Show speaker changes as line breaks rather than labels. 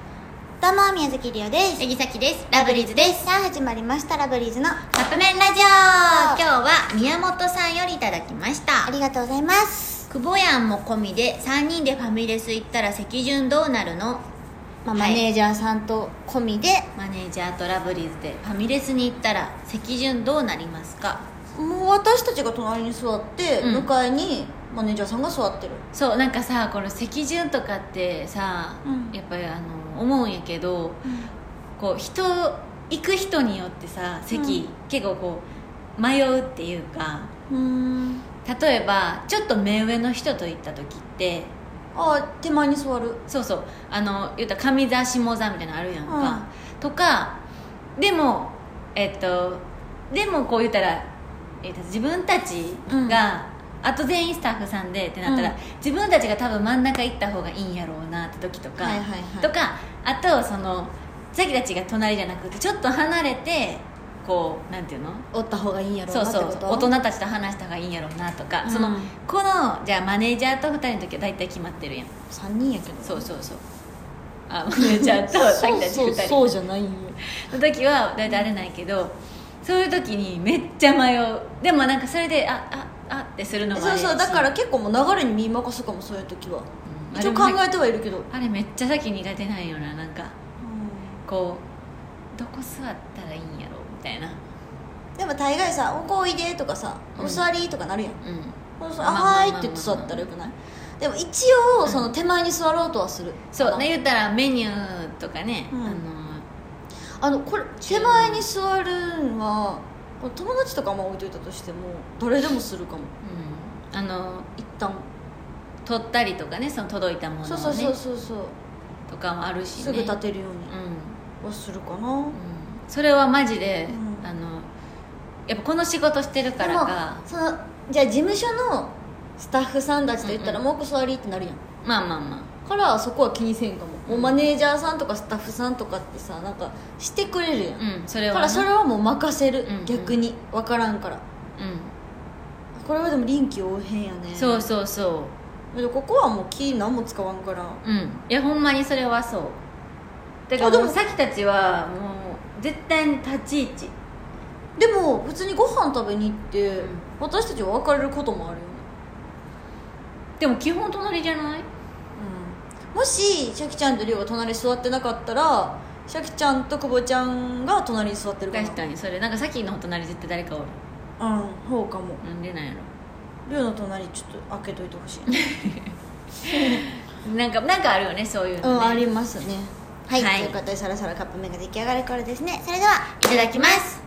どうも宮崎りおです
ぎさきですラブリーズです
さあ始まりましたラブリーズのあ
カップ麺ラジオ今日は宮本さんよりいただきました
りがとうございます
久保やんも込みで3人でファミレス行ったら席順どうなるの
まあ、
はい
マネージャーさんと込みで
マネージャーとラブリーズでファミレスに行ったら席順どうなりますか
もう私たちが隣に座って、
うん
向かいにマネージャーさんが座ってる
そうなんかさこの席順とかってさ、
うん
やっぱりあの思うんやけど、こう人行く人によってさ席、
うん
結構こう迷うっていうか
うん
例えばちょっと目上の人と行った時って
あ手前に座る
そうそうあの言ったら上座下座みたいなのあるやんか、とかでもえっとでもこう言ったら、えっと、自分たちが、あと全員スタッフさんでってなったら、
うん
自分たちが多分真ん中行った方がいいんやろうなって時とか、
はいはいはい
とかあとそのさきたちが隣じゃなくてちょっと離れてこうなんていうの
おった方がいいんやろう
そ
な
う
って
そ
こと
う大人たちと話した方がいいんやろうなとか、
うん
そのこのじゃあマネージャーと2人の時は大体決まってるやん
3人やけど
そうそうそうあマネージャーとさきたち
そうそう
2
そ
人
うじゃないんよ
の時は大体あれないけどそういう時にめっちゃ迷うでもなんかそれであああってするのもあ
そ
れ
う
やし
そうだから結構もう流れに身任すかもそういう時は
うん
一応考えてはいるけど、
あれめっちゃ先苦手なんよななんかこうどこ座ったらいいんやろみたいな
でも大概さ「おこおいで」とかさ「
うん
お座り」とかなるやん、
う
そ
ん
うそう
まあ
あ
まあまあ
はーい」って言って座ったらよくないでも一応その手前に座ろうとはする、
そうね言ったらメニューとかね、
うん
あの
あのこれ手前に座るんはこれ友達とかも置いといたとしても誰でもするかも
うんあの
一旦
取ったりとかねその届いたものをね
そうそうそうそうそう
とかもあるしね
すぐ立てるよう
う
に
ん
はするかな
それはマジで、
うん
あのやっぱこの仕事してるからか
そのじゃあ事務所のスタッフさんたちと言ったら
うん
もう一個座りってなるやん
まあまあま
からそこは気にせんかももううんマネージャーさんとかスタッフさんとかってさなんかしてくれるやん
あうんそれ
だか
はね、
らそれはもう任せる
うんうん
逆に分からんからこれはでも臨機応変やね
うん、そうそうそ
でもここはもう木何も使わんから
ううんいやほんまにそれはそうだか
あで
ら
も
もうさきたちはもう絶対に立ち位置
でも普通にご飯食べに行って、
ん
私たちは別れることもあるよね、
でも基本隣じゃない
もしシャキちゃんとリオが隣に座ってなかったらシャキちゃんと久保ちゃんが隣に座ってるかな
確かにそれなんかさっきの隣絶対誰かおる
うんほうかも
なんでなんや
リオの隣ちょっと開けといてほしい
ろなんかなんかあるよねそういうの、
う
ね
んありますね
はい、
はい
ということでそろそろカップ麺が出来上がる頃ですねそれではい
ただきます